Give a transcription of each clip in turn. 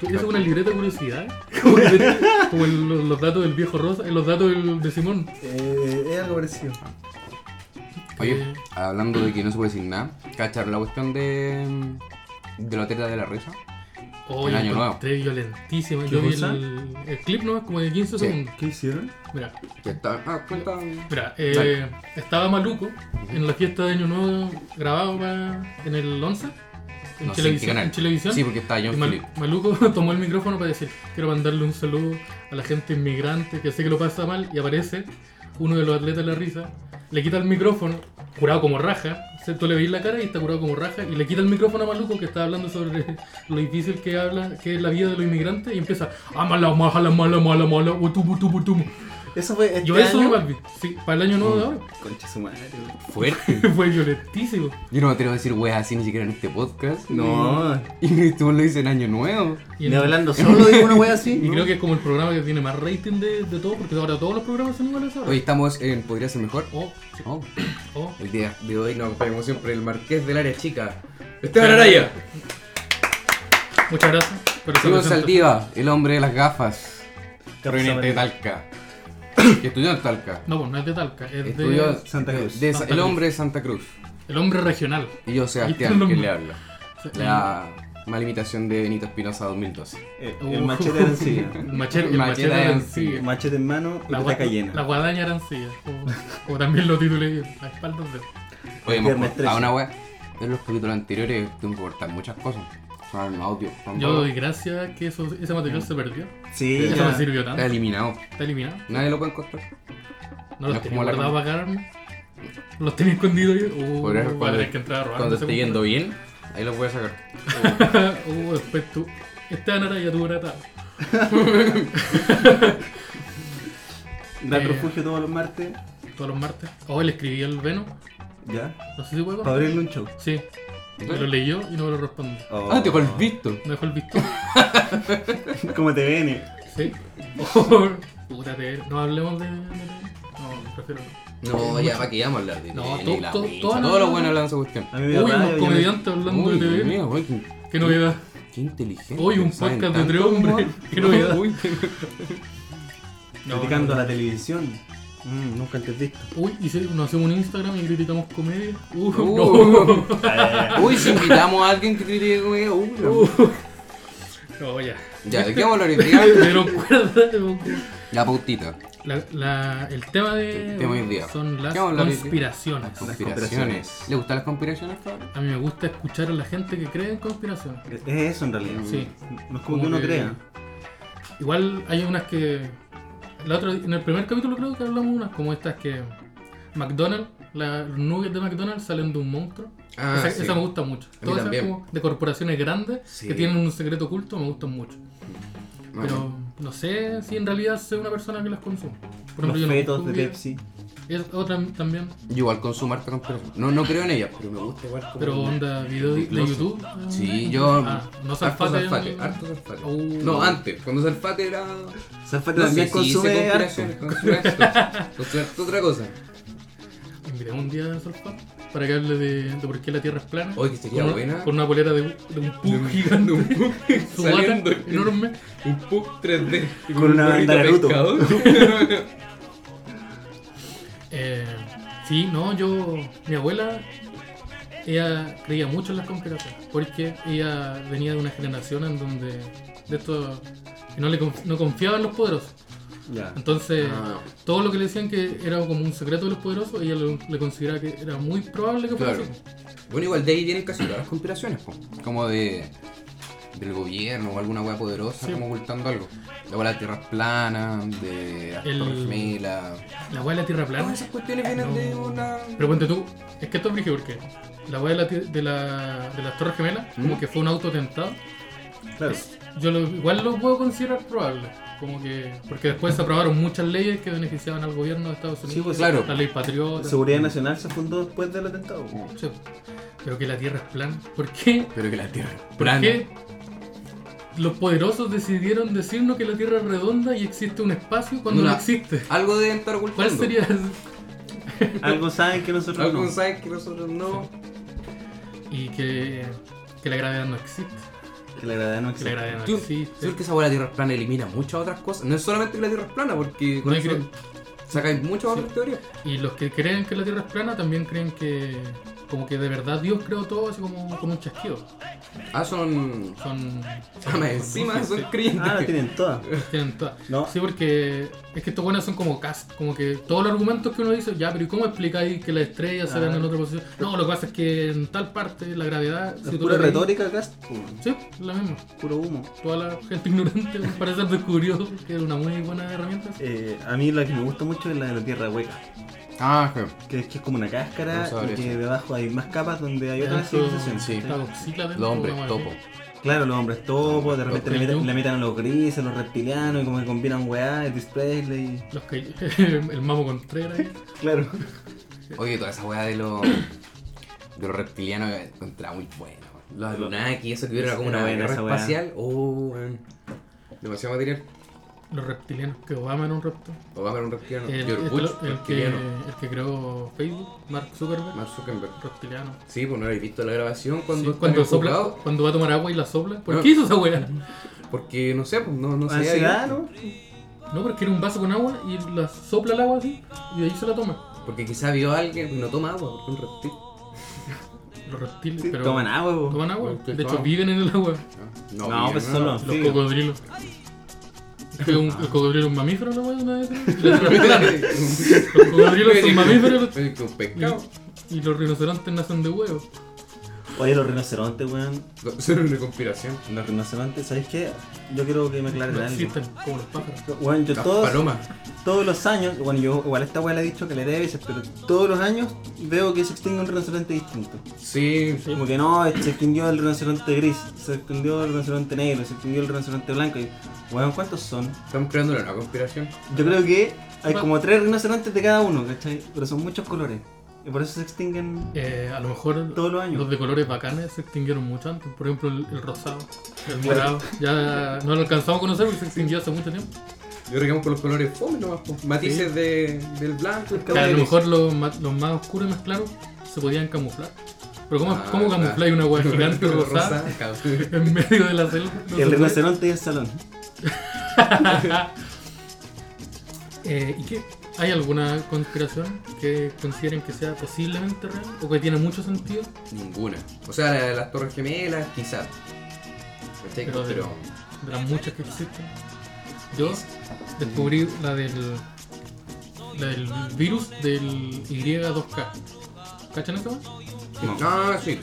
Eso es una libreta de curiosidad. ¿eh? Como, el- como el- los, los datos del viejo Rosa, eh, los datos del- de Simón. Eh, es algo parecido. Oye, Mm. hablando de que no se puede decir nada, ¿cacharon la cuestión de. de la teta de la risa? Oh, El yo año nuevo. encontré violentísima. ¿Qué Yo vi cosa? el, el clip nomás como de 15 Sí. segundos. ¿Qué hicieron? Mira, Que está. Ah, cuenta. mira, eh, estaba Maluco en la fiesta de Año Nuevo grabado pa- en el 11. En No sé en qué televisión. canal. en televisión. Sí, porque está Y John Mal- Philip. Maluco tomó el micrófono para decir, quiero mandarle un saludo a la gente inmigrante que sé que lo pasa mal y aparece uno de los atletas de la risa, le quita el micrófono, curado como raja, o sea, tú le veis la cara y está curado como raja, y le quita el micrófono a Maluco que está hablando sobre lo difícil que habla, que es la vida de los inmigrantes y empieza, ah, mala, mala, mala, mala, mala, utumu, utumu, utumu". Eso fue este Yo eso año. me palpito, sí, para el año nuevo de ahora, Concha su madre. güey. Fuerte. fue violentísimo. Yo no me atrevo a decir weas así ni siquiera en este podcast. No. Y tú lo dices en Año Nuevo. Y, Ni hablando solo digo una wea así. y creo que es como el programa que tiene más rating de, de todo, porque ahora todos los programas son iguales ahora. Hoy estamos en Podría ser mejor. Oh, sí, Oh, oh. el día de hoy nos acompaña como siempre el marqués del área chica. Esteban Araya. Muchas gracias. Pero se Simón presenta. Saldiva, el hombre de las gafas. Proveniente de Saldiva. Talca. Que estudió en Talca. No, pues no es de Talca, es Estudió de de- Santa Cruz. de- Santa el Cruz. hombre de Santa Cruz. el hombre regional. Y yo, Ahí Sebastián, está el que hombre. le habla. La mala imitación de Benito Espinosa 2012. Eh, Uh, El machete de encina. El machete, el Machete machete de arancilla. Machete en mano y La, la gua- taca llena. la guadaña arancilla. Como, como también lo titulé yo, a espaldas de. Oye, hemos Viernes 13. cortado una wea. En los capítulos anteriores tuvimos que cortar muchas cosas. Son audio. son Yo todo. doy gracias que eso, ese material se perdió. Sí, Eso ya. no sirvió Está tanto. eliminado. Está eliminado. Nadie lo puede encontrar. No No es los tenía como la guardado para cagarme. Los tenía escondidos yo. Uh, Podrías- voy a cuando- tener que entrar a robar. Cuando no sé esté cómo. yendo bien, ahí lo voy a sacar. uh, después tú. este Esta naranja tu barata. Da Eh. refugio todos los martes. Todos los martes. Oh, le escribí al Veno. Ya. No sé si puedo. Para abrirle un show. Sí. Me lo leyó y no me lo respondió. Oh. Ah, te volviste. Me dejó el visto. Como te viene. Sí. Oh, puta, te- no hablemos de. de- No, prefiero no. No, ya, ¿para qué vamos a hablar de No, tele, to- la to- prensa, toda Todo la- lo bueno hablan de esa cuestión. A mí me Uy, da unos rabia, yo me- comediantes hablando Uy, de Dios TV. mío, uy, qué, Qué novedad. qué inteligente. Hoy un saben podcast de tanto. tres hombres. Qué novedad. Uy, No, criticando no. a la televisión. Mm, nunca antes visto. Uy, y si nos hacemos un Instagram y criticamos comedia. Uh, Uh. Ah, no. Uy, si invitamos a alguien que critique comedia, uy, la- No, ya. Ya, ¿de qué vamos a hablar hoy día? Pero cuerda. La pautita. La, la, el tema de. El tema hoy día. Son las ¿Qué vamos a hablar hoy día? conspiraciones. Las conspiraciones. ¿Le gustan las conspiraciones, cabrón? A mí me gusta escuchar a la gente que cree en conspiraciones. Es es eso en realidad. Sí. No es como que uno crea. Igual hay unas que. La otra, en el primer capítulo creo que hablamos unas como estas que. McDonald's, las nuggets de McDonald's salen de un monstruo. Ah, esa, sí. esa me gusta mucho. mí Todas esas también. como de corporaciones grandes Sí. Ah, que tienen un secreto oculto me gustan mucho. Ajá. Pero no sé si en realidad soy una persona que las consume. Por Los yo no fetos de consumiría- Pepsi. Es otra también, Yo igual consumo harta conspiración. No, no creo en ella, pero me gusta igual. como- pero onda video de, de Incluso. YouTube. eh, Sí, yo. Ah, no se harto alfate. Salfate, harto Salfate. Uh. No, antes, cuando Salfate era. Salfate No también sé, sí, hice consume harto. conspiraciones, consume harto. Consume harto otra cosa. Invitemos un día a Salfate para que hable de, de por qué la Tierra es plana. Oye, que sería con, buena. Con una polera de, de un De pug un- gigante. de un pug Su bata saliendo. enorme. Un pug 3D. y Con un una gorrito banda Naruto. pescado. Eh, sí, no, yo. Mi abuela. Ella creía mucho en las conspiraciones. Porque ella venía de una generación en donde. De esto. que no, le conf- no confiaba en los poderosos. Ya. Entonces, Ah. todo lo que le decían que era como un secreto de los poderosos, ella lo- le consideraba que era muy probable que fuera Claro. así. Bueno, igual de ahí vienen casi todas las conspiraciones, po. como de del gobierno o alguna wea poderosa, Sí. como ocultando algo. La wea de la tierra plana, de las El- Torres Gemelas. La hueá de la Tierra Todas plana. esas cuestiones vienen No. de una. Pero ponte tú, es que esto es brígido porque la hueá de, la, tie- de, la- de las Torres Gemelas, como ¿Mm? que fue un autoatentado, Claro. yo lo- igual lo puedo considerar probable. Como que, porque después se aprobaron muchas leyes que beneficiaban al gobierno de Estados Unidos. Sí, pues, claro. La ley patriota. Seguridad Nacional se fundó después del atentado. Sí. Pero que la tierra es plana. ¿Por qué? Oh, Pero que la tierra ¿Por qué los poderosos decidieron decirnos que la tierra es redonda y existe un espacio cuando Una- no existe? Algo deben estar ocultando. ¿Cuál sería? Algo saben que nosotros Algo no. saben que nosotros no. Y que, que la gravedad no existe. Que la gravedad no Que la existe. gravedad no Tú- existe. Solo que esa hueá de la Tierra es plana elimina muchas otras cosas. No es solamente que la Tierra es plana, porque con No hay eso cre- sacáis muchas otras teorías. Y los que creen que la Tierra es plana también creen que como que de verdad Dios creó todo así como, como un chasquido. Ah, son. Son... Ah, más encima sí, son sí, creyentes. Ah, la tienen todas. tienen todas. No. Sí, porque es que estos buenos son como cast, como que todos los argumentos que uno dice, ya, pero ¿y cómo explicáis que las estrellas se Ah. ven en otra posición? No, lo que pasa es que en tal parte la gravedad... Es si tú pura lo veis- retórica, Cast. Sí, la misma. Puro humo. Toda la gente ignorante al parecer descubrió que era una muy buena herramienta. Eh, a mí la que me gusta mucho es la de la tierra hueca. Ah, que. Que es que es como una No cáscara sabría y que eso. debajo hay más capas donde hay otras Eso- civilizaciones. sí. La goxila dentro, Los hombres, una topo. maravilla. Claro, los hombres topos, de repente Los le meten, Kaiju. le meten a los grises, los reptilianos y como que combinan weá, el display. Los que, el mamo Contreras. Claro. Oye, toda esa weá de los. de los reptilianos eh, encontraba muy bueno. Los Anunnaki, eso que hubiera como una Era buena guerra esa weá. espacial. Oh, weón. Demasiado material. Los reptilianos, que Obama era un reptil. O va a haber un reptiliano. El, Mm, George el- Bush, el que, reptiliano. el que creó Facebook, Mark Zuckerberg, Mark Zuckerberg. reptiliano. Sí, pues no habéis visto la grabación Sí, cuando, cuando, están sopla- enfocados, cuando va a tomar agua y la sopla. ¿Por No. qué hizo esa weá? Porque no sé, pues no, no sé. Ansiedad, ¿no? No, porque era un vaso con agua y la sopla el agua así y de ahí se la toma. Porque quizá vio a alguien que no toma agua, porque es un reptil. Los reptiles, Sí, pero toman agua, po. toman agua. Porque De hecho, toman. viven en el agua. Ah, No, pues son Los los anfibios. cocodrilos. Es que un- Ah. El cocodrilo es un mamífero, ¿no? weón? Una vez- la otra vez- Los cocodrilos son mamíferos Con pescado. y los rinocerontes nacen de huevos. Oye, los rinocerontes, weón. Son una conspiración. Los rinocerontes, ¿sabes qué? Yo quiero que me aclaren No algo. existen como los pájaros. Weón, yo Las todos, palomas. todos los años, bueno, yo igual esta weá la he dicho que le dé veces, pero todos los años veo que se extingue un rinoceronte distinto. Sí, Sí. Como que no, se extinguió el rinoceronte gris, se extinguió el rinoceronte negro, se extinguió el rinoceronte blanco. Y, weón, ¿cuántos son? estamos creando una nueva conspiración. Yo creo que hay como tres rinocerontes de cada uno, ¿cachai? Pero son muchos colores. Y por eso se extinguen Eh, a lo mejor todos los años. los de colores bacanes se extinguieron mucho antes. Por ejemplo, el, el rosado, el morado. Ya no lo alcanzamos a conocer porque se extinguió hace mucho tiempo. Yo creo que vamos por los colores fome nomás, pues. Matices de, del blanco, el Que a lo gris. mejor los, ma- los más oscuros y más claros se podían camuflar. Pero ¿cómo, Ah, cómo verdad. camufláis una hueá gigante rosada Rosada, cabrón. en medio de la selva? No El se puede. rinoceronte y el salón. Eh, ¿Y qué? ¿Hay alguna conspiración que consideren que sea posiblemente real o que tiene mucho sentido? Ninguna. O sea, la de las Torres Gemelas, quizás. ¿Cachai? Pero Pero, de- de las muchas que existen. Yo descubrí la del, la del virus del Y2K. ¿Cachan eso? No, sí.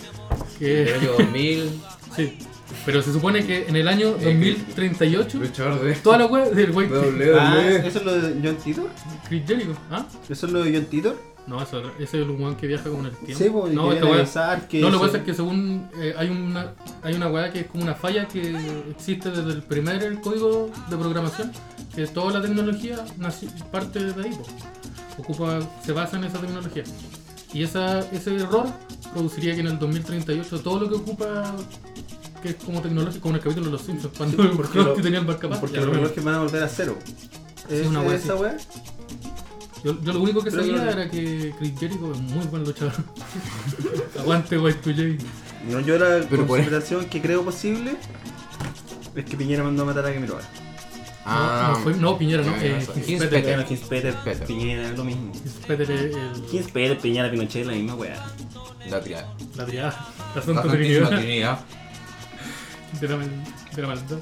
El Que, año 2000, sí. Pero se supone que en el año Eh, 2038, luchador de toda la web del White Ah, WWE. ¿eso es lo de John Titor? Chris Jericho. ¿Ah? ¿Eso es lo de John Titor? No, eso- ese es el humano que viaja con el tiempo. Sí, porque no, no, esta wea- pensar que... No, lo eso- que pasa es que según eh, hay una hay una weá que es como una falla que existe desde el primer código de programación, que toda la tecnología nació- parte de ahí, po. ocupa se basa en esa tecnología. Y esa, ese error produciría que en el 2038 todo lo que ocupa que es como tecnológico, como en el capítulo de los Simpsons, cuando Sí, el porque Krusty lo- tenía el barcapaz, Porque ya los lo mismo. relojes van a volver a cero. ¿Es una wea esa así. weá? yo, yo lo único que Pero sabía yo no- era que Chris Jericho es muy buen luchador. Aguante, guay, tu No, yo la Pero por- consideración que creo posible es que Piñera mandó a matar a Camiroa. no, fue- no, Piñera, no. Ah, eh, eso, Kingspeter. Bueno, Kings Peter, Peter. Piñera, es lo mismo. Kingspeter es el... Kings Peter, Piñera, Pinochet, la misma weá. La tirada. La triada, la La Santa Santísima Trinidad Trinidad. de la, mal- de la maldad.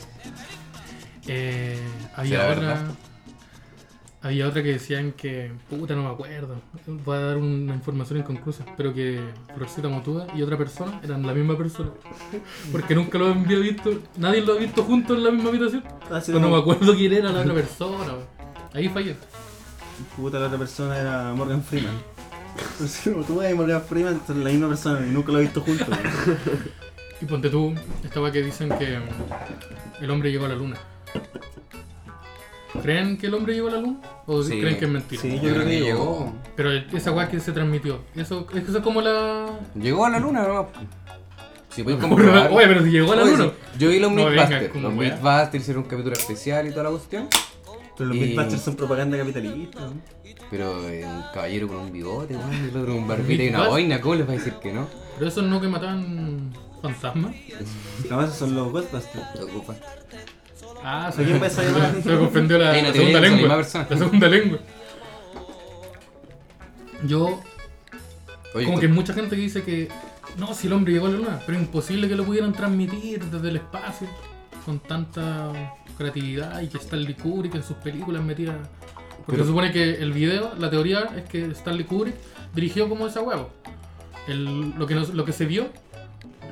Eh, ¿Será había otra. verdad? Había otra que decían que. Puta, no me acuerdo. Voy a dar una información inconclusa. Pero que Rosita Motuda y otra persona eran la misma persona. Porque nunca lo habían visto. Nadie lo ha visto juntos en la misma habitación. Ah, Pero sí, Pues no como- me acuerdo quién era la otra persona. weón. Ahí fallé. Puta, la otra persona era Morgan Freeman. Sí, como Tú y Morgan Freeman son la misma persona y nunca lo he visto juntos. güey. Y ponte tú, esta weá que dicen que mm, el hombre llegó a la luna. ¿Creen que el hombre llegó a la luna? ¿O Sí. creen que es mentira? Sí. Yo creo que llegó. Pero el- esa weá que se transmitió, eso, es que eso es como la. Llegó a la luna, ¿no? Si podéis comprobar. Oye, pero si llegó a la Oye, luna. sí, Yo vi los No, venga, Mythbusters. como Los weá. Mythbusters hicieron un capítulo especial y toda la cuestión. Pero los Y- Mythbusters son propaganda capitalista. ¿no? Pero eh, un caballero con un bigote, weón, y el otro con un barbita y una Mythbusters. boina, ¿cómo les va a decir que no? Pero eso no que mataban ¿Fantasma? No, esos son los Ghostbusters. Los ocupas. Ah, ¿A quién vas a llamar? Se confundió la, Ahí no la te segunda veía, misma lengua. persona. La segunda lengua. Yo, Oye, como tú- que hay mucha gente que dice que no, si el hombre llegó a la luna, pero es imposible que lo pudieran transmitir desde el espacio con tanta creatividad y que Stanley Kubrick en sus películas metiera. Porque Pero- se supone que el video, la teoría es que Stanley Kubrick dirigió como esa huevo. El- lo, que nos- lo que se vio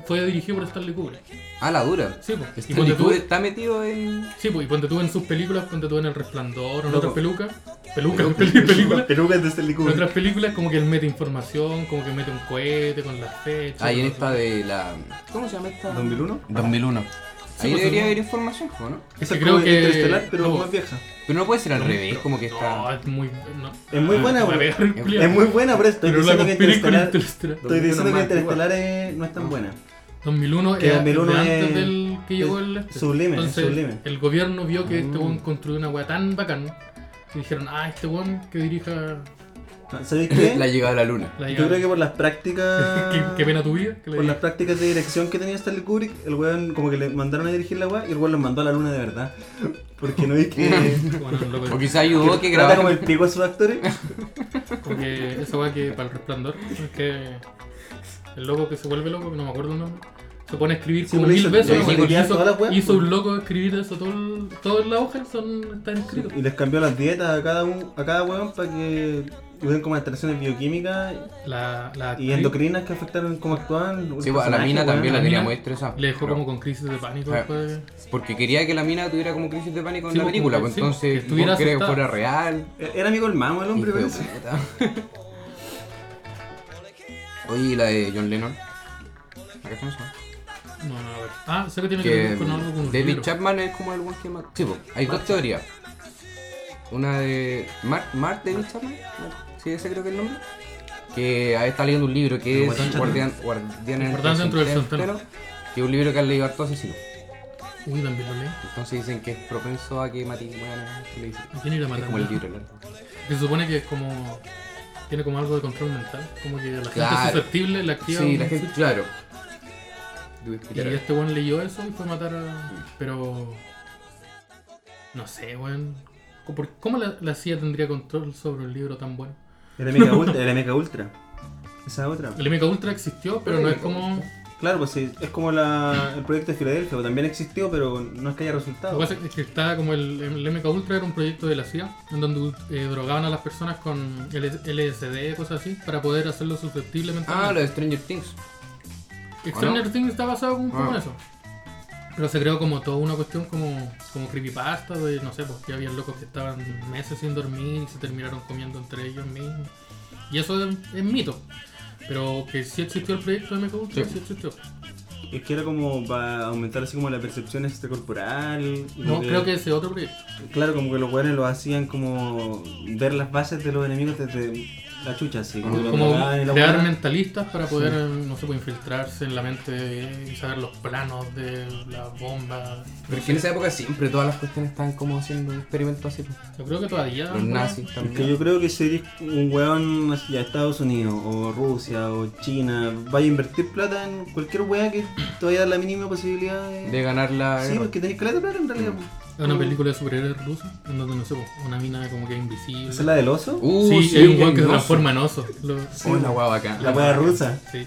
fue dirigido por Stanley Kubrick. Ah, la dura. Sí, pues. Este y ponte tú- youtuber está metido en. Sí, pues, y ponte tú en sus películas, ponte tú en El Resplandor o en Loco. otras pelucas. Pelucas, Loco. peli- películas. Pelucas de Stanley En Kubrick. otras películas, como que él mete información, como que mete un cohete con las fechas. Ahí en no sé esta qué. de la. ¿Cómo se llama esta? 2001. 2001. Sí, Ahí pues, debería sí. haber información, po, ¿no? Es que Esa creo como que- Interestelar, pero no. más vieja. Pero no puede ser al revés, como que No, está. es muy. no. Es muy buena, Ah, güey. la peor, culiao. Es muy buena, pero estoy Pero la diciendo que comparé con Interestelar. Interstellar. Estoy diciendo que 2001 es más Interestelar es- no es tan buena. 2001 Que era 2001 de antes es- del que llegó el. este. Sublime, es Entonces, sublime. el gobierno vio que este Mm. weón construyó una weá tan bacán que dijeron, ah, este weón que dirija ¿Sabéis ¿Eh? qué? La llegada a la luna. la Yo creo que por las prácticas. qué, qué pena tu vida. Que la Por las dirija. prácticas de dirección que tenía Stanley Kubrick, el weón como que le mandaron a dirigir la weá y el weón los mandó a la luna de verdad. Porque no es que. Bueno, loco, O quizá ayudó que Trata como grabara. el pico a sus actores. Porque esa weá que para el resplandor, es que el loco que se vuelve loco, que no me acuerdo el nombre, se pone a escribir Sí, como lo mil hizo- veces. lo ¿no? hizo- Hizo- todas las weas, hizo pues. un loco escribir eso, todo, el- todo en la hoja son, está escrito. Y les cambió las dietas a cada, un, a cada weón para que hubieran como alteraciones bioquímicas La, la y actriz endocrinas que afectaron cómo actuaban. los Sí, pues, a la personajes, mina weón. también la tenía mina muy estresada. le dejó Pero- como con crisis de pánico Ah, después. Porque quería que la mina tuviera como crisis de pánico en Sí, la pues, película, como pues que- sí, que entonces estuviera no creo que asustada. fuera real. E-, Era amigo el mamo el hombre, Hijo de parece. puta. Oye, ¿y la de John Lennon. Acá está eso. No, no, a ver. Ah, sé que tiene que, que ver con algo con un David libro. Chapman es como el buen que más. Sí, po, hay dos teorías. Una de Mark, Mark David Chapman, Mark- sí, ese creo que es el nombre. Que ahí está leyendo un libro que Guatón es Chapman. Guardián, Guardián Guardián dentro del Que es un libro que han leído harto asesino. Uy, también lo leí. Entonces dicen que es propenso a que maten hueones, que le dicen. ¿A quién irá Es matando? como el libro, ¿no? Que se supone que es como. Tiene como algo de control mental. Como que la gente Claro. es susceptible, le activa. Sí, un la gente, switch. claro. Y este weón leyó eso y fue a matar a. Pero. No sé, weón. Co- por- ¿Cómo la, la CIA tendría control sobre un libro tan bueno? Era Mecha Ultra, era Mecha Ultra. Esa otra. El MK Ultra existió, pero no es como. Claro, pues sí, es como la, el proyecto de Filadelfia, pues, también existió, pero no es que haya resultado. Lo que pasa es que está como el, el MK Ultra era un proyecto de la CIA en donde eh, drogaban a las personas con L- LSD, cosas así, para poder hacerlo susceptible Ah, mentalmente. lo de Stranger Things. Stranger ¿o no? Things está basado un poco Ah. en eso. Pero se creó como toda una cuestión como, como creepypasta, de no sé, porque había locos que estaban meses sin dormir y se terminaron comiendo entre ellos mismos. Y eso es, es mito. Pero que sí existió el proyecto de MK Ultra, sí, Sí. existió. Es que era como para aumentar así como la percepción extracorporal. y No, como creo que ese otro proyecto. Claro, como que los weones lo hacían como ver las bases de los enemigos desde la chucha, así. Como, que lo Como miraban y la crear weá. mentalistas para poder, no sé, pues, infiltrarse en la mente y saber los planos de las bombas. Pero es que en esa época siempre todas las cuestiones estaban como haciendo experimentos así. pues. Yo creo que todavía... Los nazis Es que yo también. creo que si eres un weón así a Estados Unidos, o Rusia, o China, vaya a invertir plata en cualquier weá que te vaya a dar la mínima posibilidad de. De ganar la Sí, guerra. porque tenés caleta de plata en realidad. pues. Es una película de superhéroes rusos en donde, no sé, pues, una mina como que es invisible. ¿Esa es la del oso? Uh, Sí, hay un guau weón que se transforma en oso. Lo- Oh, la guau acá. La weá rusa. Sí.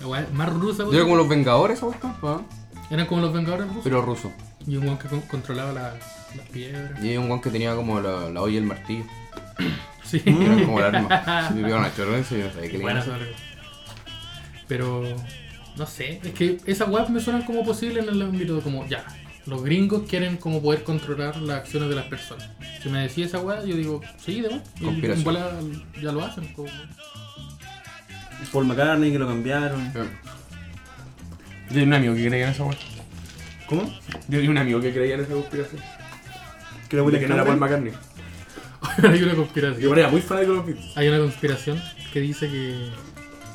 La weá más rusa, Yo pues, era como los Vengadores, ¿sabes? Ah, eran como los Vengadores rusos. Pero ruso. Y un weón que con- controlaba la- las piedras. Y hay un guan que tenía como la, la olla y el martillo. Sí. Que Era como el arma. Y iban a chorrense y no sabía Mm, qué le Buena iban a hacer. sobre- Pero no sé, es que esas weas me suenan como posible en el ámbito de como ya. Los gringos quieren como poder controlar las acciones de las personas. Si me decía esa wea, yo digo, sí, de más. Y Conspiración. en bola ya lo hacen. pues, como- Paul McCartney que lo cambiaron. Yo tenía un amigo que creía en esa weá. ¿Cómo? Yo tenía un amigo que creía en esa conspiración. Que lo Will Campbell- McCartney. Hay una conspiración. era muy fanático de los Beatles. Hay una conspiración que dice que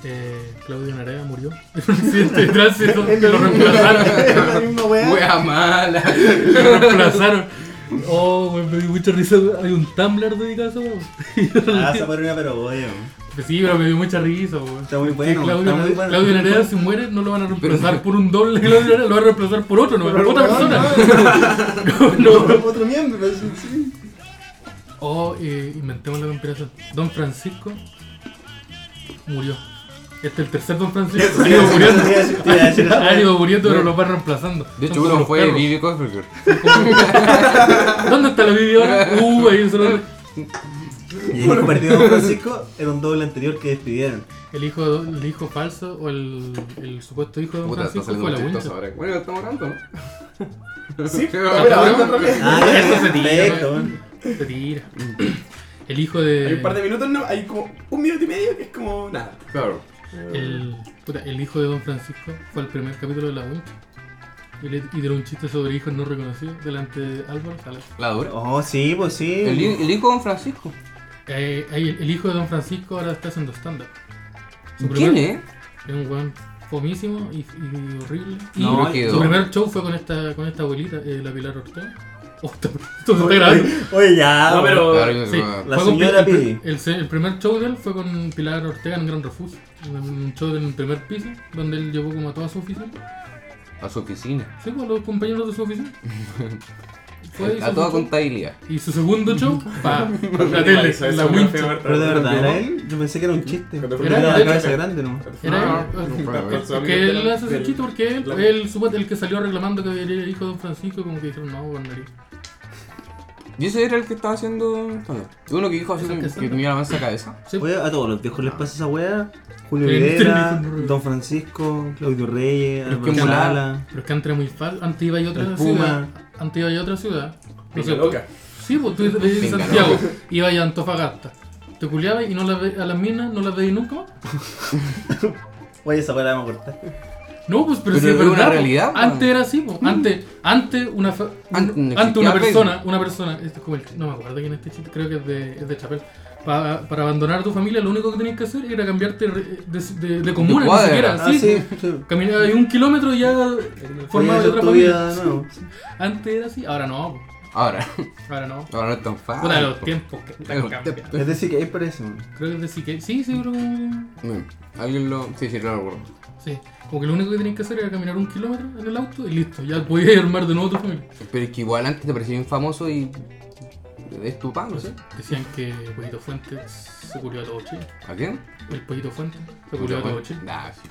eh, Claudio Narea murió en un accidente de tránsito. que lo reemplazaron. Es la misma weá. Wea mala. lo reemplazaron. Oh, weón, me dio mucha risa. Hay un Tumblr dedicado a esa wea. Ah, se paró una pero odio. Pues sí, pero me dio mucha risa, weón. Está muy Que bueno, Claudio, está muy bueno. Claudio Narea, si muere, no lo van a reemplazar por un doble Claudio Narea, lo van a reemplazar por otro, no, por otra persona. No, no. Otro miembro, sí, sí. Oh, eh, inventemos la conspiración. Don Francisco murió. Este es el tercer Don Francisco. Ha Te ido iba a decir muriendo. eso, te iba a decir eso. Ha ido muriendo, pero lo van reemplazando. De Son hecho, como uno los fue perros. Vivi Cosberger. ¿Dónde está la Vivi ahora? Uh, ahí se lo... Y el hijo partido de Don Francisco era un doble anterior que despidieron. El hijo, el hijo falso o el, el supuesto hijo de Don Puta, está Francisco fue saliendo la muy Wincha. chistoso ahora. Bueno, estamos grabando, ¿no? Sí, Sí, pero ahora, ahora ahora. también. Ah, ya, Esto se tira, perfecto, weón. weón. Se tira. El hijo de. Hay un par de minutos, no, hay como un minuto y medio que es como nada. Claro. El, puta, el hijo de Don Francisco fue el primer capítulo de La Wincha. Y, le- y tiró un chiste sobre hijos no reconocidos delante de Álvaro Salas. La dura. Oh, sí, pues sí. El, hi- el hijo de Don Francisco. Eh, ahí el, el hijo de Don Francisco ahora está haciendo stand-up. Su ¿Quién primer- es? Es un weón fomísimo y, y horrible. Y No, No, quedó. su primer show fue con esta, con esta abuelita, eh, la Pilar Ortega. Oh, esto- esto se está grabando. Oye, Oye, ya. No, weón. pero. Claro, yo- Sí. La Fue con señora Pi- Pidi. El, el primer show de él fue con Pilar Ortega en Gran Refugio. en Un show del primer piso, donde él llevó como a toda su oficina. A su oficina. Sí, con los compañeros de su oficina. Fue y A hizo toda su show. contabilidad. Y su segundo show, pa, pa la Cuando tele, hizo en eso, la me wincha. fui a Pero de ver- verdad, ¿eh? ¿era él? Yo pensé que era un chiste. Cuando fue Era la- la cabeza grande, ¿no? Ah. Era No, él, no, es no, que él no, hace ese del- chiste porque él, del- él, supuesto- el que salió reclamando que era el hijo de Don Francisco, como que dijeron, no, con nariz. Y ese era el que estaba haciendo. stand-up. Y uno que dijo así ¿Es el como que que stand-up? tenía la masa de cabeza. Sí, Ah. Oye, a todos los viejos les pasa esa weá. Julio Sí, Videla, sí, sí. Don Francisco, Claudio Reyes, Pero Álvaro qué volada. Sala. pero es que antes muy fácil. Antes iba a otra El Puma. ciudad. Antes iba a otra ciudad. No Pinche sé, loca. Sí, pues tú ibas Venga, a no. Santiago, ibas a Antofagasta, te culiabas y no las ve- a las minas no las veías nunca más. Oye, esa weá la vamos a cortar. No, pues pero, Pero sí es es una verdad. pues. realidad, pues. Antes era así, pues. Antes, antes una fa- Antes no un- antes existía una Facebook. persona, una persona, este es como el- no me acuerdo quién es este chiste, creo que es de, es de Chapel. Pa- para abandonar a tu familia lo único que tenías que hacer era cambiarte re- de, de- de comuna, ni cuadra. siquiera. Ah, sí. sí, sí. Caminaba ahí un kilómetro y ya Oye, formaba de eso otra tu vida familia. de nuevo. Antes era así, ahora no, pues. Ahora. ahora no. Ahora no es tan fácil. Puta, los po. tiempos que Los cambian. tiempos. Es decir, que ahí parece, weón. Creo que es de Sique- Sí, sí, pero. Mm, Alguien lo. Sí, sí, lo recuerdo. Sí, como que lo único que tenías que hacer era caminar un kilómetro en el auto y listo, ya podías armar de nuevo tu familia. Pero es que igual antes te parecía bien famoso y. Es tu pan, no sé. Decían que Pollito Fuentes se curió a todo Chile. ¿A quién? El Pollito Fuentes se curió a todo Chile. Nah, sí.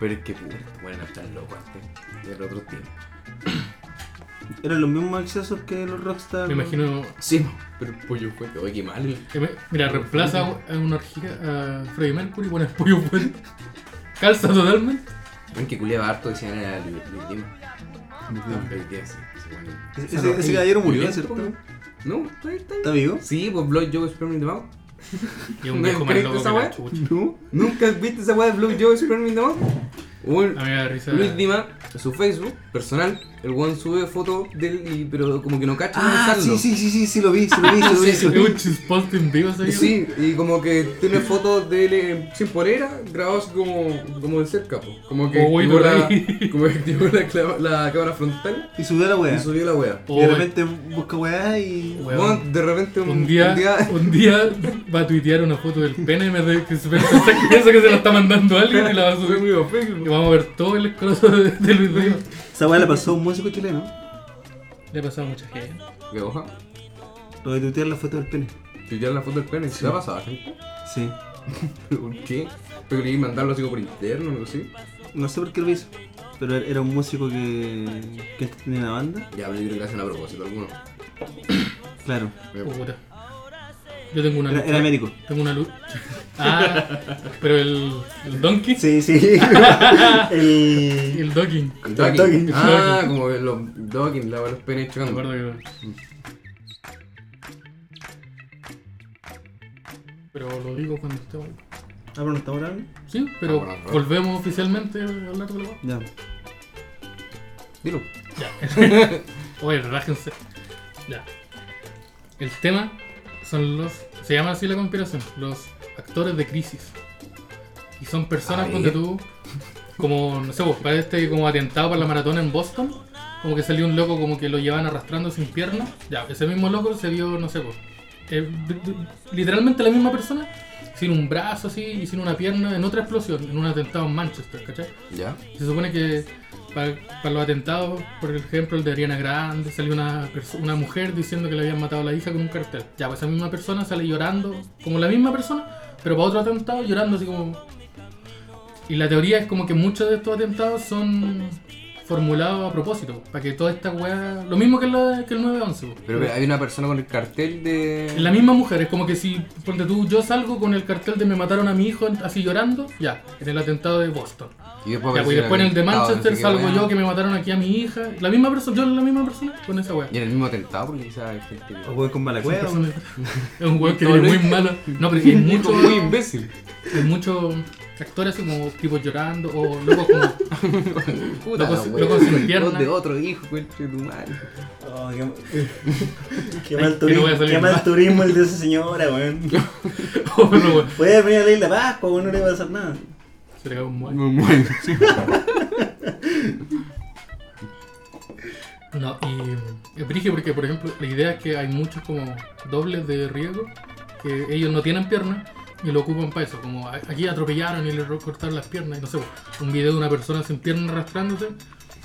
Pero es que, puta, bueno, están locos antes del otro tiempo. Eran los mismos accesos que los Rockstar. Me imagino. Sí, pero el pollo fue. Oye, qué mal. el- que me- Mira, reemplaza a una orgía a Freddie Mercury con el Pollo Fuentes. Calza totalmente. Ven que culiaba harto, decían era el Lima. El Lima, sí, sí, bueno. Ese, ese, caballero murió, Murió, ¿cierto? ¿no? No, está ahí, está ahí. ¿Está vivo? Sí, pues Blood Joe Sperm in the Mouth. Y un ¿No viejo más crees loco esa que la weá? chucha. ¿No? ¿Nunca has visto esa weá de Blood Joe Sperm in the Mouth? Un- A mí me da risa. Luis Dima, en su Facebook personal, el weón sube fotos de él, y- pero como que no cacha cómo Ah, usarlo. sí, sí, sí, sí, sí, lo vi, sí, lo vi, sí, lo vi. sí Es lo vi. un chisposte en vivo, ese viejo. Sí, y como que tiene fotos de él eh, sin polera, grabados como, como de cerca, po. como que Oh, güey, activó, por la, ahí. como que activó la, clava- la cámara frontal Y subió la y weá. subió la wea. Y de Oh, repente busca weá y. weón. Bueno, de repente un, Un día, un día- un día va a tuitear una foto del pene me de, que se piensa que se la está mandando alguien y la va a subir. subió Y vamos a ver todo el escroto de, de Luis Díaz. Esa weá la pasó a un músico chileno. Le ha pasado a mucha gente. ¿Qué hoja? Lo de tuitear la foto del pene. Tuitear la foto del pene, ¿se ha pasado a gente? Sí. ¿Pero por qué? Pero quería mandarlo así como por interno, algo así. No sé por qué lo hizo. Pero era un músico que. que tenía una banda. Ya, pero yo creo que hacen a propósito alguno. Claro. Puta. Yo tengo una Era, lucha. era médico. Tengo una lucha. Ah, pero el, el donkey. Sí, sí. el. El docking. El El docking. docking. Ah, como los docking, la los penes Me chocando. acuerdo que. Pero lo digo cuando estemos. Ah, pero no estamos grabando. Sí, pero Ah, bueno, ¿no? volvemos oficialmente a hablar de la weá. Ya. Dilo. Ya. Oye, relájense. Ya. El tema son los. Se llama así la conspiración. Los actores de crisis. Y son personas A donde ver. tú. Como, no sé, vos, para este como atentado para la maratón en Boston. Como que salió un loco como que lo llevan arrastrando sin piernas. Ya, ese mismo loco se vio, no sé, vos. eh, d- d- literalmente la misma persona sin un brazo así y sin una pierna en otra explosión, en un atentado en Manchester, ¿cachai? ¿Ya? Se supone que para, para los atentados, por ejemplo, el de Ariana Grande, salió una, perso- una mujer diciendo que le habían matado a la hija con un cartel. Ya, pues esa misma persona sale llorando, como la misma persona, pero para otro atentado llorando así como... Y la teoría es como que muchos de estos atentados son formulados a propósito, para que toda esta weá... Lo mismo que, la, que el 911. po. Pero hay una persona con el cartel de. La misma mujer, es como que si, ponte tú, yo salgo con el cartel de me mataron a mi hijo así llorando, ya, en el atentado de Boston. Y después, Ya, pues, y después en el de Manchester salgo salgo yo que me mataron aquí a mi hija. La misma persona, yo la misma persona con esa wea. Y en el mismo atentado, porque quizás hay gente. que- O weón con mala Esa cueva. persona- pues, Es un weón que tiene muy malo. No, pero es que hay mucho, muy imbécil. hay muchos actores así como tipos llorando o locos como. Puta, Loco- güey. loco sin pierna. Dos de otro hijo, conche tu madre. Oh, qué, qué Ay, mal que no turismo, voy a salir qué mal más. turismo el de esa señora, weón. o no, weón. Puede venir a la isla Pascua, weón, no le va a pasar nada. Se le cae un muerto. Muy bueno. No, y es brígido porque, por ejemplo, la idea es que hay muchos como dobles de riesgo que ellos no tienen piernas y lo ocupan para eso. Como a- aquí atropellaron y le ro- cortaron las piernas. Y no sé, un video de una persona sin pierna arrastrándose.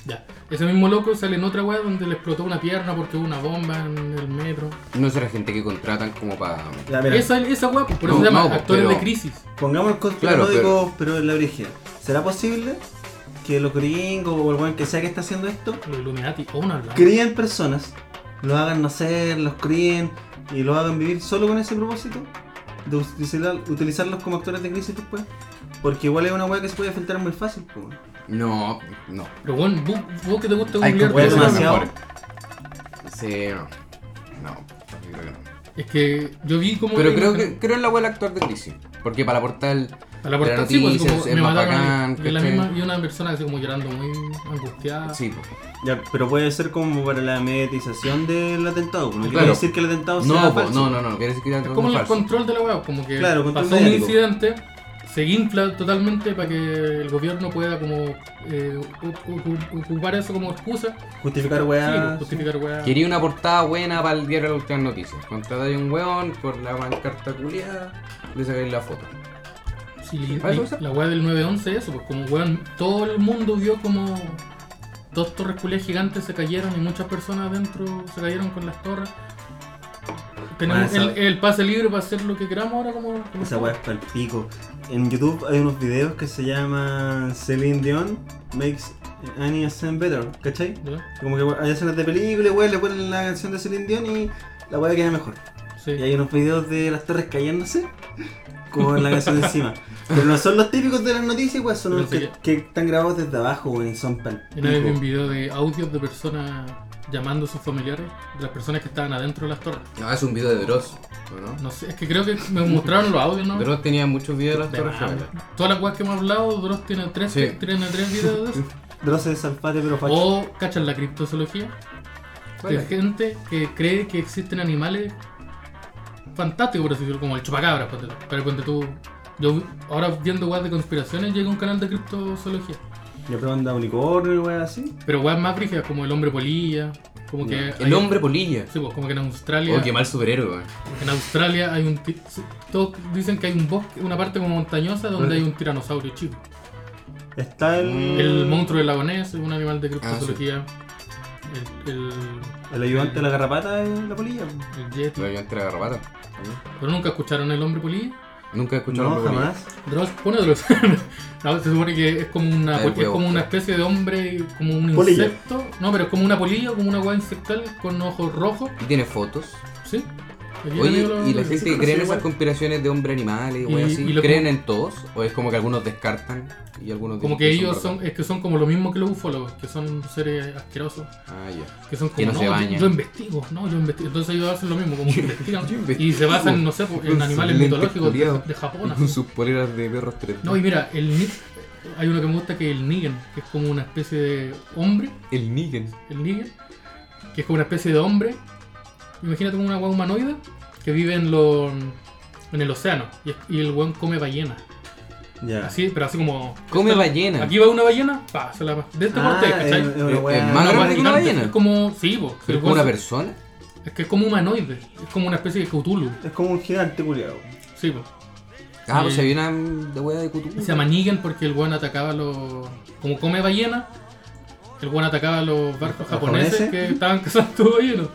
Ya. Ese mismo loco sale en otra web donde le explotó una pierna porque hubo una bomba en el metro. No será gente que contratan como para. Ya, mira, Esa, esa web, por eso No, se llama no, pues, actores pero- de crisis. pongamos el Claro, pero... pero en la origen. ¿Será posible que los gringos o el weón que sea que está haciendo esto Los Illuminati, oh, o una blanca. críen personas, los hagan nacer, los críen y los hagan vivir solo con ese propósito de utilizar- utilizarlos como actores de crisis después. Porque igual es una weá que se puede filtrar muy fácil. po. No, no. Pero bueno, vos, vos que te gusta Hay googlear que cosas, poner demasiado. Sí, no. No, yo creo que no. Es que yo vi como. Pero creo que creo en la abuela actor de crisis. Porque para aportar el. A la puerta, sí, pues, noticias, como es me más mataron bacán, y, la ¿cachai? misma, y una persona así como llorando muy angustiada. Sí, pues. Ya, pero puede ser como para la mediatización del atentado. po. No quiere Claro. decir que el atentado sea No, po, falso. no, no, no, quiere decir que era Es todo como el falso. control de la web, como que Claro, control pasó un mediático. incidente, se infla totalmente para que el gobierno pueda como eh, u- u- ocupar eso como excusa Justificar sí, pues, weá. justificar weá. Quería una portada buena para el diario de las últimas noticias. Contratáis a un weón por la pancarta culiada, le sacáis la foto. Sí, y- ¿Ah, eso? la weá del 911 eso, pues como weón, todo el mundo vio como dos torres culias gigantes se cayeron y muchas personas adentro se cayeron con las torres. Tenemos Bueno, el, esa- el pase libre para hacer lo que queramos ahora como... como Esa weá es pa'l pico. En YouTube hay unos videos que se llaman Celine Dion Makes Annie a Scene Better, ¿cachai? ¿Ya? Como que hay escenas de película, weón, le ponen la canción de Celine Dion y la weá queda mejor. Sí. Y hay unos videos de las torres cayéndose con la canción encima. Pero no son los típicos de las noticias, weón, son Pero los que, sí que están grabados desde abajo, weón, y son pal Y una vez vi un pico. video de audios de personas llamando a sus familiares, de las personas que estaban adentro de las torres. No, es un video de Dross, ¿o ¿no? No sé, es que creo que me mostraron los audios, ¿no? Dross tenía muchos videos de las De Torres más. Gemelas. Todas las weas que hemos hablado, Dross tiene tres, Sí. tiene tres videos de eso. Droce de Salfate, pero facho. O, ¿cachan la criptozoología? Vale. De gente que cree que existen animales fantásticos, por así decirlo, como el chupacabra. ponte tú. Pero ponte tú, yo vi- ahora viendo weas de conspiraciones, llega un canal de criptozoología. Ya prueban de unicornio, weón, así. Pero weas más frígidas, como el hombre polilla, como que... hay- El hombre polilla. Sí, pues, como que en Australia... Oh, qué mal superhéroe, weón. En Australia hay un ti- todos dicen que hay un bosque, una parte como montañosa donde hay un tiranosaurio chico. Está el, Mm. El monstruo del lago Ness es un animal de Mm. Ah, sí. criptozoología. El, el, el ayudante de la garrapata de la polilla. weón. el yeti. Lo había entre la garrapata. Pero nunca escucharon el hombre polilla. Nunca he escuchado No, hombre polilla. jamás. Dross, pone Dross. No, se supone que es como una Ahí voy es a como una buscar. especie de hombre, como un Polilla. insecto. No, pero es como una polilla, como una hueá insectal con ojos rojos. Y tiene fotos. ¿Sí? Aquí Oye, tengo los- ¿y la los- gente sí, que cree en sí, esas igual. conspiraciones de hombre animales Y- o así? y lo ¿Creen como- en todos? ¿O es como que algunos descartan y algunos Como dicen que ellos verdad? son, es que son como lo mismo que los ufólogos, que son seres asquerosos. Ah, ya. Que son como, Que no se yo- bañan". Yo, investigo, no, yo investigo. Entonces ellos hacen lo mismo, como que investigan. yo investigo. Y se basan, no sé, pues, en Con animales sus lentes mitológicos de, culiados. de Japón. Y así. con sus poleras de perros tres. No, y mira, el ni- hay uno que me gusta que es el Negan, que es como una especie de hombre, El Negan. el Negan, que es como una especie de hombre. Imagínate como una hueá humanoide que vive en los en el océano y, es- y el weón come ballena. Ya. Así, pero así como Come ballena. eh, aquí va una ballena, pa, se la de este Ah, porte, es, ¿cachai? es una weá. Es más Una grande hueá que una gigante, ballena. Es como, sí, po, Pero el es como weón una se- persona. Es que es como humanoide, es como una especie de Cthulhu. Es como un gigante culiado. Sí, po. Ah, Y- pues se vienen de hueá de Eh, Cthulhu. Se amaniguen porque el weón atacaba a los. Como come ballena, el weón atacaba a los barcos ¿Los japoneses japoneses? que estaban cazando ballenas.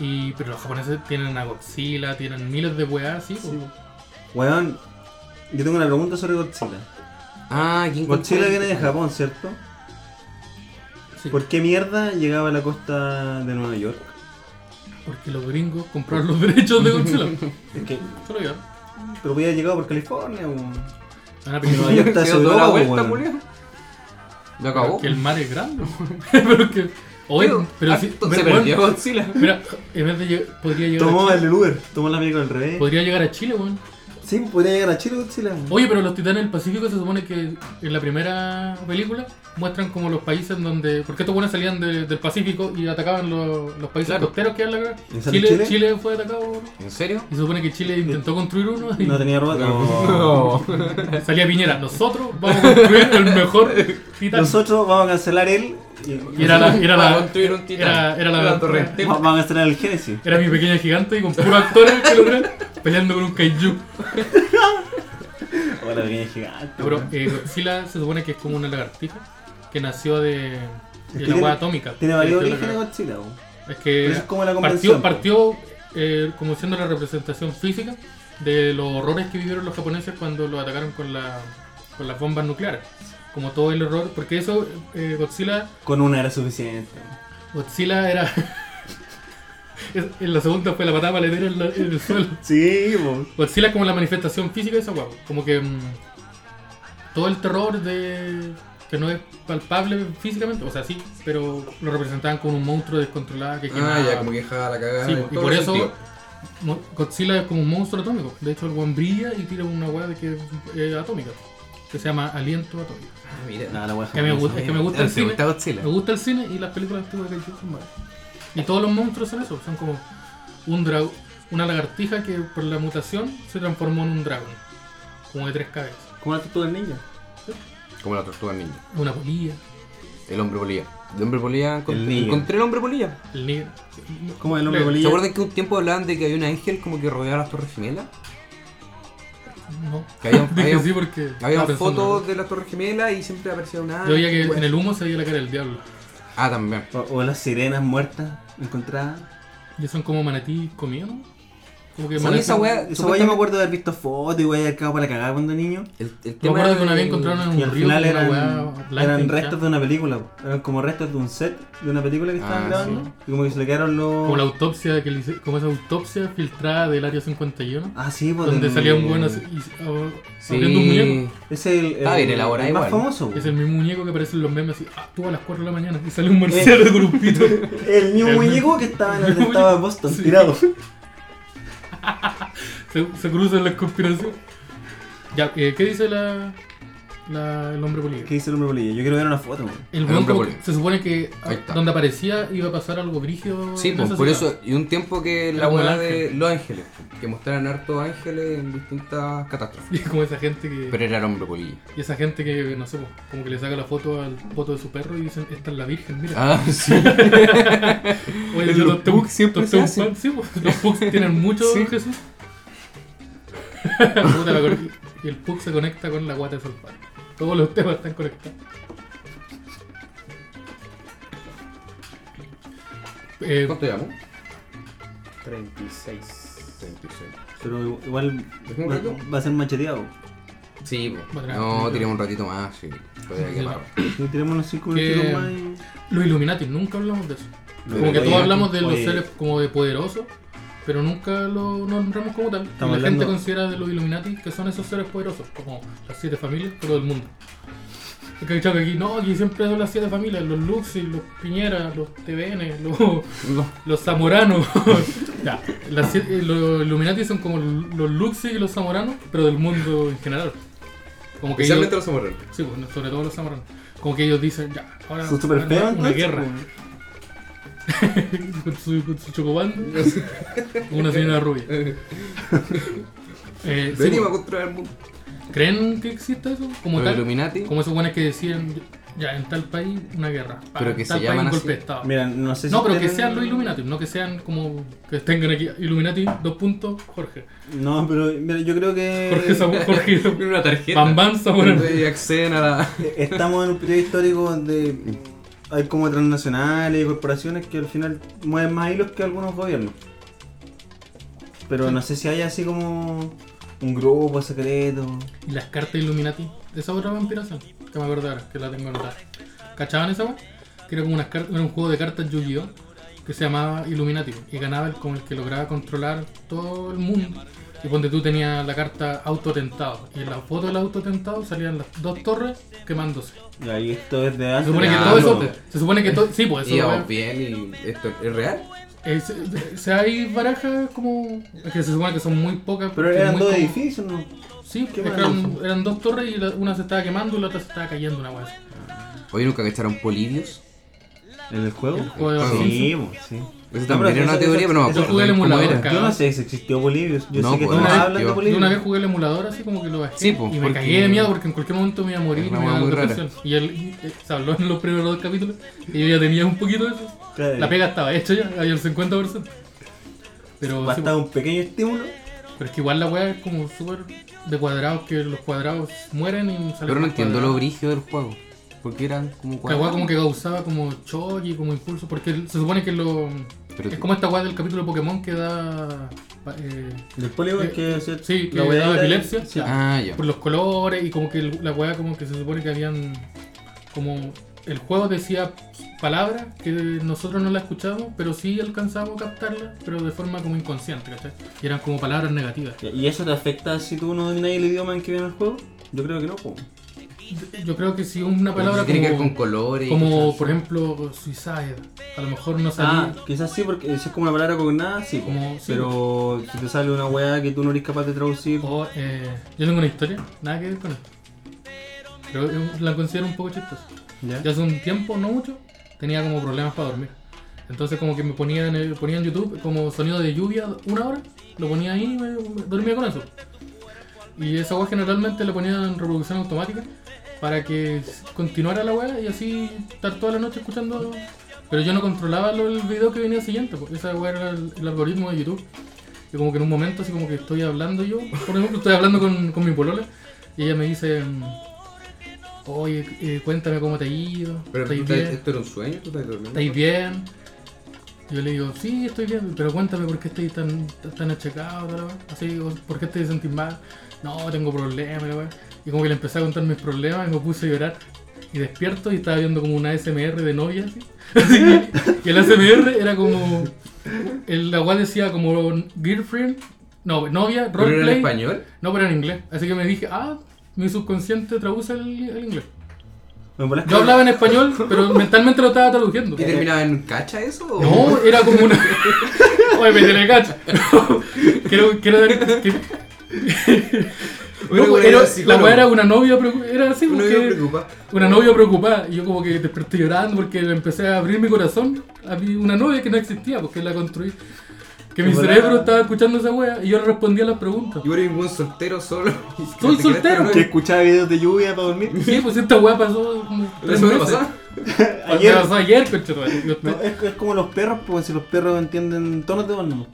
Y, pero los japoneses tienen a Godzilla, tienen miles de weas así. po. Weón, yo tengo una pregunta sobre Godzilla. Ah, King Kong. Godzilla viene de Japón, ¿cierto? Sí, ¿Por qué mierda llegaba a la costa de Nueva York? porque los gringos compraron los derechos de Godzilla. Es que, Solo yo. pero hubiera llegado por California, weón. Van a Nueva pensar York está Se sobre dio la Europa, vuelta, weón. culiao. Lo acabó. que el mar es grande. pero que. Oye, Tío, pero ah, sí. to- Se pero, perdió weón, Godzilla. Mira, en vez de lleg- podría llegar Tomó a el Chile. del Uber, tomó la amigo al revés. Podría llegar a Chile, weón. Sí, podría llegar a Chile Godzilla. weón. Oye, pero los titanes del Pacífico se supone que en la primera película muestran como los países en donde. Porque estos buenos salían de- del Pacífico y atacaban los, los países Claro. costeros que eran la cagada. ¿Y sale Chile, Chile? Chile? fue atacado. weón. ¿En serio? Y se supone que Chile intentó construir uno y No tenía ropa. No. salía Piñera. Nosotros vamos a construir el mejor titán. Nosotros vamos a cancelar él y Y era la. Era Para la construir un titán. era- era la- torre. vamos a cancelar el Génesis. era mi pequeña gigante y con puros actores que logré peleando con un kaiju. Hola, pequeña gigante. No, Pero eh, Godzilla se supone que es como una lagartija que nació de, de que la tiene- agua atómica. Tiene varios Es que- orígenes Godzilla, weón. Es Pero que eso es como la partió, convención. partió pues. eh, como siendo la representación física de los horrores que vivieron los japoneses cuando los atacaron con, la, con las bombas nucleares. Como todo el horror, porque eso, eh, Godzilla, Con una era suficiente. Godzilla era... es- en la segunda fue la patada paletera en, la- en el suelo. Sí, weón. Godzilla es como la manifestación física de esa guapa. Como que mm, todo el terror de que no es palpable físicamente, o sea, sí, pero lo representaban como un monstruo descontrolado que quemaba. Ah, ya, como que dejaba la cagada. Sí, en y todo por eso sentido. mo- Godzilla es como un monstruo atómico. De hecho, el guan brilla y tira una hueá de que es eh, atómica, que se llama aliento atómico. Ah, mira. Nah, la weá Que me gusta, es que me gusta el ¿Te cine. gusta Eh, Godzilla? Me gusta el cine y las películas antiguas que hay son malas. Y todos los monstruos son eso, son como un dragón, una lagartija que por la mutación se transformó en un dragón, como de tres cabezas, ¿Cómo la tortuga ninja? Como la tortuga ninja. una polilla, El hombre polilla. El hombre polilla. encont- El niño. Encontré el hombre polilla. el negro. ¿Cómo el hombre Le- ¿Se bolilla? acuerdan que un tiempo hablaban de que había un ángel como que rodeaba las torres gemelas? No. Que había, Dije había- sí porque había estaba pensando, fotos de las torres gemelas y siempre aparecía un ¿no? ángel. Yo veía que bueno. en el humo se veía la cara del diablo. Ah, también. O, o las sirenas muertas encontradas. Y son como manatí comidos, ¿no? Como que Son manatí- esa wea. Esa weá yo me supuestamente- acuerdo de haber visto fotos y weá haber quedado para la cagada cuando niño. El, el Me tema acuerdo que una de- vez encontraron en Y un al río final como una eran, hueá blanca eran hinchada. restos de una película, po. eran como restos de un set de una película que estaban Ah, grabando. sí. Y como que se le quedaron los. Como la autopsia, que le hice- como esa autopsia filtrada del área 51. Ah, sí, pues. Donde del- salía un buen así, y- o- abriendo un muñeco. Sí. Es el. Está el- bien elaborado el más igual. famoso, po. Es el mismo muñeco que aparece en los memes así, ah, tú a las 4 de la mañana y Eh. sale un marciano de grupito. El mismo El- muñeco que estaba en el el que mismo estaba muñeco. Boston, Sí. tirado. se, se cruzan las conspiraciones. Ya, eh, ¿qué dice la, la- el hombre ¿Qué político? dice el hombre bolilla? Yo quiero ver una foto, weón. El weón hombre como que- político. se supone que Ahí está. donde aparecía iba a pasar algo brígido. Sí, en pues, esa por ciudad. eso, y un tiempo que Era la como el hueá de Los Ángeles, que mostraran hartos ángeles en distintas catástrofes. Y como esa gente que. Pero era el hombre polilla. Y esa gente que, no sé, pues, como que le saca la foto al foto de su perro y dicen, esta es la virgen, mira. Ah, sí. Oye, Los yo los pugs siempre se hacen. sí, pues, los pugs tienen mucho Sí. Jesús. Puta, la cor- y el pug se conecta con la guata de Solpar. Todos los temas están conectados. Eh, ¿Cuánto llevamos? 36. 36. Pero igual ¿Es un reto? va, va a ser macheteado. Sí, pues. Bueno, No, ya. tiremos un ratito más, sí. Todavía Sí. que parar. Y tenemos unos 5 Que- minutitos más y... los Illuminati, nunca hablamos de eso. Pero como que todos oye, hablamos de los oye. seres como de poderosos, pero nunca lo nombramos como tal. Y La Estamos gente hablando- considera de los Illuminati que son esos seres poderosos, como las siete familias, pero del mundo. Es que, claro, que aquí, no, aquí siempre son las siete familias, los Luxi, los Piñera, los TVN, los, los Zamoranos. Ya, las siete- eh, los Illuminati son como los Luxi y los Zamoranos, pero del mundo en general. Como que ellos- Especialmente los amores. Sí, pues, sobre todo los zamoranos. Como que ellos dicen, ya, ahora Son súper ahora feos, una entonces, guerra. pues. weón. con su, con su chocobando, con una señora rubia. Eh, sí, Venimos a pues, controlar el mundo. ¿Creen que exista eso? Como Los tal. Illuminati. Como esos buenos que decían, ya, en tal país una guerra. pa, Pero que en se tal país llaman un golpe así. de Estado. Mira, no sé si. No, pero que tienen- sean los Illuminati, no que sean como que tengan aquí Illuminati, dos Eh, puntos, Jorge. No, pero mira, yo creo que. Jorge Samuel, Jorge Una tarjeta. Bam Bam Samuel. Y acceden a la. Eh, Estamos en un periodo histórico donde hay como transnacionales y corporaciones que al final mueven más hilos que algunos gobiernos. Pero no sé si hay así como un grupo secreto. Y las cartas Illuminati, esa otra vampiración, que me acuerdo ahora, que la tengo anotada. ¿Cachaban esa weá? Que era como unas cartas, era un juego de cartas Yu-Gi-Oh! que se llamaba Illuminati y ganaba el como el que lograba controlar todo el mundo. Y ponte tú tenías la carta autotentado. Y en la foto del autotentado salían las dos torres quemándose. Y ahí esto es de Se antes. supone que Ah, todo eso. no. Se supone que todo. Sí, pues eso. Y weá. vamos bien, y esto es real. Es- o sea, hay barajas como. que se supone que son muy pocas. Pero que eran muy dos como- edificios, ¿no? Sí, Qué eran, maravilloso. eran dos torres y la- una se estaba quemando y la otra se estaba cayendo una weá. así. Hoy nunca cacharon polidios. ¿En el juego? El juego de los juego. Simpsons. Sí, pues, sí. Eso No, también pero era una eso- teoría, eso- pero no eso me acuerdo jugué el cómo emulador era. acá. Yo no sé si existió Bolivia. Yo No, sé que pues, todos no hablan de existió. Yo Bolivia. una vez jugué el emulador así como que lo bajé Sí, pues, y me porque- cagué de miedo porque en cualquier momento me iba a morir Es y una me iba a weá dar muy rara. depresión. Y él eh, se habló en los primeros dos capítulos y yo ya tenía un poquito de eso. Claro. La pega estaba hecha ya, había el 50%. Pero, sí, Bastaba un pequeño estímulo. pero es que igual la weá es como súper de cuadrados, que los cuadrados mueren y salen Pero no más entiendo cuadrados. lo brigio del juego. Porque eran como La weá como cuadrados. que causaba como choque y como impulso, porque se supone que lo... Pero es tú- como esta weá del capítulo de Pokémon que da... pa- eh, Del polígono Eh, que o sea, sí, que la weá daba era- epilepsia. sí. Ah, ya. por los colores y como que el- la weá como que se supone que habían... Como el juego decía palabras que nosotros no las escuchábamos, pero sí alcanzábamos a captarlas, pero de forma como inconsciente, ¿cachai? Y eran como palabras negativas. ¿Y eso te afecta si tú no dominas el idioma en que viene el juego? Yo creo que no, po. Yo creo que si una Pero palabra sí tiene que ver como... con colores. y como cosas por ejemplo suicide, a lo mejor no salía... Ah, quizás sí, porque si es como una palabra cognada, sí, po. Como- sí, Pero si te sale una weá que tú no eres capaz de Ah. traducir. O, eh, yo tengo una historia, nada que ver con esto. Pero eh, la considero un poco chistosa. ¿ya? Yo hace un tiempo, no mucho, tenía como problemas para dormir. Entonces como que me ponía en, el- ponía en YouTube como sonido de lluvia una hora, lo ponía ahí y me, me- dormía con eso. Y esa web generalmente la ponía en reproducción automática para que continuara la web y así estar toda la noche escuchando. Pero yo no controlaba lo- el video que venía siguiente, porque esa web era el, el algoritmo de YouTube. Y como que en un momento así como que estoy hablando yo, por ejemplo, estoy hablando con, con mi polola y ella me dice, mm, oye, eh, cuéntame cómo te ha ido. Pero ¿estáis tú estás- bien? esto era un sueño, tú estás durmiendo. ¿Estáis bien? Yo le digo, sí, estoy bien, pero cuéntame por qué estáis tan, tan achacado, tal vez. así, o por qué te sentís mal. No, tengo problemas, la weá. Y como que le empecé a contar mis problemas y me puse a llorar. Y despierto y estaba viendo como una SMR de novia, así. Así que- y el SMR era como. El, la weá decía como girlfriend, no, novia, ¿Pero era en roleplay. español? no, pero en inglés. Así que me dije, ah, mi subconsciente traduce el, el inglés. Me volás Yo que- hablaba en español, pero mentalmente lo estaba traduciendo. Eh, ¿Y terminaba en cacha eso? o- No, era como una. Oye, me tiene cacho. quiero, quiero dar. que- Bueno, No, bueno, era- sí, la claro. weá era una novia preocupada. Era así, Uno porque- me preocupa. Una novia preocupada. Y yo, como que desperté llorando porque le empecé a abrir mi corazón a mi- una novia que no existía porque la construí. Que mi Hola. cerebro estaba escuchando esa wea y yo le respondía las preguntas. Yo era un soltero solo. Soy soltero. Que escuchaba videos de lluvia para dormir. Sí, pues esta wea pasó como. ¿La tres semana meses. pasada? Ayer. Pasó ayer, conchetumare. Yo No, estoy- es, es como los perros, porque si los perros entienden tonos de voz, ¿no?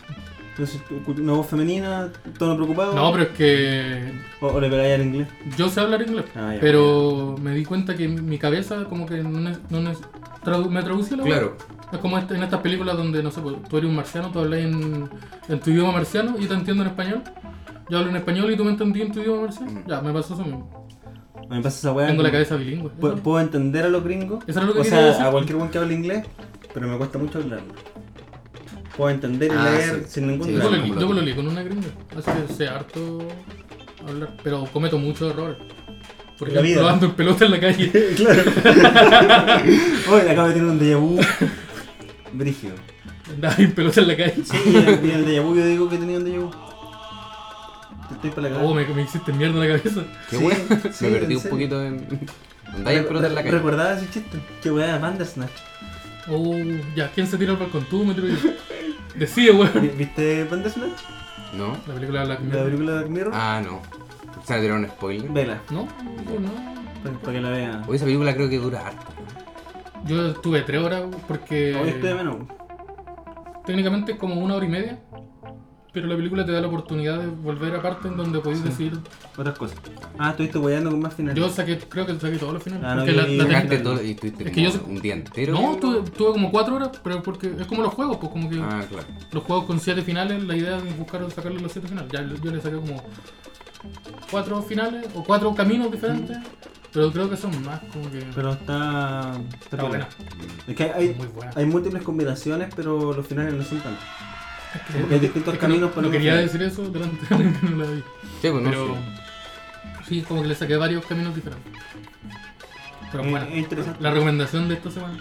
Entonces, tú escuchas una voz femenina, tono preocupado. No, pero es que O, o le pegáis al inglés. Yo sé hablar inglés, Ah, ya, pero me di cuenta que mi cabeza como que no, es- no es- tradu- me traduce la voz. Claro. Es como este- en estas películas donde, no sé, pues, tú eres un marciano, tú hablas en, en tu idioma marciano y te entiendo en español. Yo hablo en español y tú me entendí en tu idioma marciano. Ya, me pasó eso mismo. A mí me pasa esa weá. Tengo la como- cabeza bilingüe. pu- Puedo, entender a los gringos. Eso era lo que o quería sea, decir. a cualquier buen que hable inglés, pero me cuesta mucho hablarlo. Puedo entender y Ah, leer sí. sin ningún Sí, Yo lo claro, problema. li- como yo lo- lo leí con una gringa, así que sé harto hablar, pero cometo muchos errores. Por La ejemplo, vida. ando en pelota en la calle. claro. Oye, acabo de tener un déjà vu. Brígido. Andaba en pelota en la calle. Sí, y en y en el déjà vu yo digo que tenía un déjà vu. Te estoy para la Oh, me, me hiciste mierda en la cabeza. Qué Sí, bueno. sí, me en perdí un serio. poquito en. Andáis en pelota en la calle. ¿Recordabas ese chiste? Qué weá, Bandersnatch. Oh, ya, ¿quién se tira al balcón? Tú, me tiro yo. Decide, weón. ¿Viste Bandersnatch? ¿No? La película de Black La Mirror. película de Black Mirror. Ah, no. O sea, era un spoiler. Vela. No, no, no. Para que la vean. Hoy esa película creo que dura harto. Yo estuve tres horas porque Hoy estoy de menos. técnicamente es como una hora y media, pero la película te da la oportunidad de volver a partes en donde podéis decir. Otras cosas. Ah, estuviste guayando con más finales. Yo saqué, creo que saqué todos los finales. Ah, no, porque yo la- vi- la técnica- Sacaste todo y estuviste Es que como yo- un día entero. no, viendo. tuve, tuve como cuatro horas, pero porque es como los juegos, pues como que Ah, claro. los juegos con siete finales, la idea es buscar sacarle los siete finales. Ya yo le saqué como cuatro finales o cuatro caminos diferentes, Mm. pero creo que son más como que. Pero está. Está Está buena, Es que hay, muy buena. hay múltiples combinaciones, pero los finales no son tantos. Es que- Porque hay distintos es que no- caminos no, los quería finales. decir eso delante que no la vi. Sí, pues no Pero sé. sí, como que le saqué varios caminos diferentes. Pero Eh, bueno, es interesante. la recomendación de esta semana,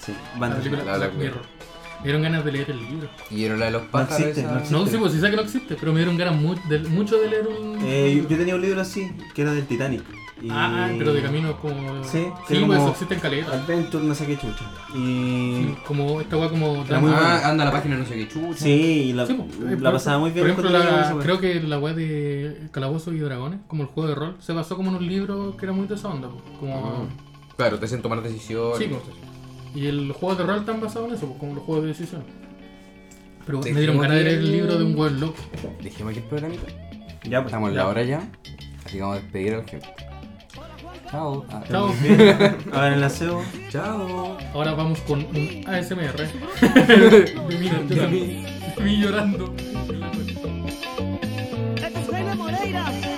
Sí. la Banda. película la- la- Black Mirror. Me dieron ganas de leer el libro. Y era la de los pájaros. existe, esa- no existe. No, sí, pues sí sé que no existe, pero me dieron ganas mu- de- mucho de leer un. Eh, libro. yo tenía un libro así, que era del Titanic. Y- Ah, pero de camino como. Sí, que sí pues era como- eso existe en caleta. Adventure, no sé qué chucha. Sí, Y. Como esta weá como. Era muy ah, buena. anda a la página no sé qué chucha. Sí, y la, Sí, pues, eh, la por- pasaba muy bien. Por ejemplo, cuando la- leía esa wea. creo que la web de Calabozos y Dragones, como el juego de rol, se basó como en un libro que era muy de esa onda. pues, Como... Ah, Claro, te hacen tomar decisiones. Sí, pues. Y el juego de rol están basados en eso, pues, como los juegos de decisión. Pero Sí, me dieron como ganas de que- leer el libro de un buen loco. Dejemos aquí el programita. Ya, pues. Estamos en Ya. la hora ya. Así que vamos a despedir a la gente. Chao. Ah, eh. Chao. Ahora en el aseo. Chao. Ahora vamos con un ASMR. De mí llorando. De mí llorando. Esto es Jaime Moreira.